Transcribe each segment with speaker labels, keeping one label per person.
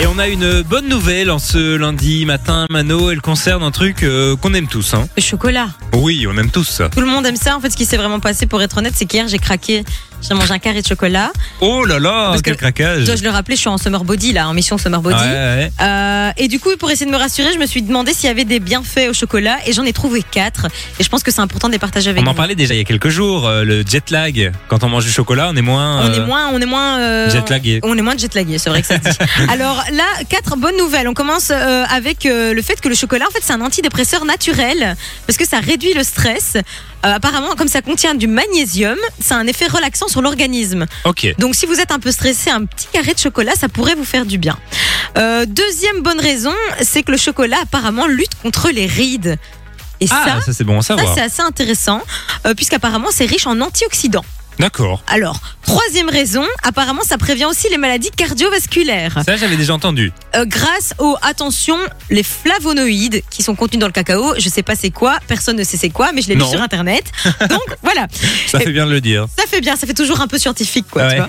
Speaker 1: Et on a une bonne nouvelle en ce lundi matin, Mano. Elle concerne un truc euh, qu'on aime tous. Hein.
Speaker 2: Le chocolat.
Speaker 1: Oui, on aime tous ça.
Speaker 2: Tout le monde aime ça. En fait, ce qui s'est vraiment passé, pour être honnête, c'est qu'hier, j'ai craqué. J'ai mangé un carré de chocolat.
Speaker 1: Oh là là,
Speaker 2: Parce
Speaker 1: quel
Speaker 2: que-
Speaker 1: craquage.
Speaker 2: Je dois je le rappeler, je suis en summer body, là, en mission summer body.
Speaker 1: Ouais, ouais.
Speaker 2: Euh, et du coup, pour essayer de me rassurer, je me suis demandé s'il y avait des bienfaits au chocolat et j'en ai trouvé quatre. Et je pense que c'est important de les partager avec
Speaker 1: On en
Speaker 2: vous.
Speaker 1: parlait déjà il y a quelques jours, euh, le jet lag. Quand on mange du chocolat, on est moins,
Speaker 2: On est
Speaker 1: euh,
Speaker 2: moins, on est moins. euh,
Speaker 1: jet lagué.
Speaker 2: On est moins jetlagué, c'est vrai que ça se dit. Alors là, quatre bonnes nouvelles. On commence euh, avec euh, le fait que le chocolat, en fait, c'est un antidépresseur naturel parce que ça réduit le stress. Euh, apparemment, comme ça contient du magnésium, ça a un effet relaxant sur l'organisme.
Speaker 1: Ok.
Speaker 2: Donc, si vous êtes un peu stressé, un petit carré de chocolat, ça pourrait vous faire du bien. Euh, deuxième bonne raison, c'est que le chocolat, apparemment, lutte contre les rides. Et
Speaker 1: Ah,
Speaker 2: ça,
Speaker 1: ça c'est bon à
Speaker 2: ça,
Speaker 1: savoir.
Speaker 2: c'est assez intéressant, euh, puisqu'apparemment, c'est riche en antioxydants.
Speaker 1: D'accord.
Speaker 2: Alors, troisième raison, apparemment ça prévient aussi les maladies cardiovasculaires.
Speaker 1: Ça j'avais déjà entendu.
Speaker 2: Euh, grâce aux, attention, les flavonoïdes qui sont contenus dans le cacao, je sais pas c'est quoi, personne ne sait c'est quoi, mais je l'ai vu
Speaker 1: Non.
Speaker 2: sur internet. Donc voilà,
Speaker 1: Ça fait bien de le dire.
Speaker 2: ça fait bien, ça fait toujours un peu scientifique quoi. tu
Speaker 1: Ouais.
Speaker 2: vois.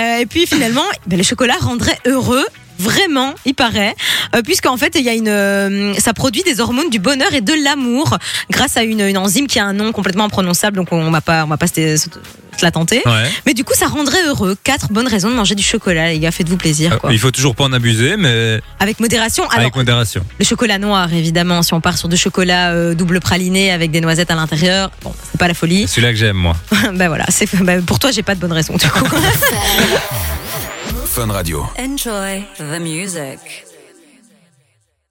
Speaker 2: Euh, et puis finalement, ben, le chocolat rendrait heureux. Vraiment, il paraît, euh, puisqu'en fait, il y a une, euh, ça produit des hormones du bonheur et de l'amour grâce à une, une enzyme qui a un nom complètement imprononçable, donc on va pas, on va pas se, se- se la tenter.
Speaker 1: Ouais.
Speaker 2: Mais du coup, ça rendrait heureux. Quatre bonnes raisons de manger du chocolat, les gars. Faites-vous plaisir, quoi.
Speaker 1: Euh, Il faut toujours pas en abuser, mais
Speaker 2: Avec modération. Alors,
Speaker 1: avec modération.
Speaker 2: le chocolat noir, évidemment. Si on part sur du chocolat euh, double praliné avec des noisettes à l'intérieur, bon, c'est pas la folie.
Speaker 1: Celui-là que j'aime moi.
Speaker 2: ben voilà, c'est ben, pour toi, j'ai pas de bonnes raisons, du coup.
Speaker 3: Fun Radio.
Speaker 4: Enjoy the music.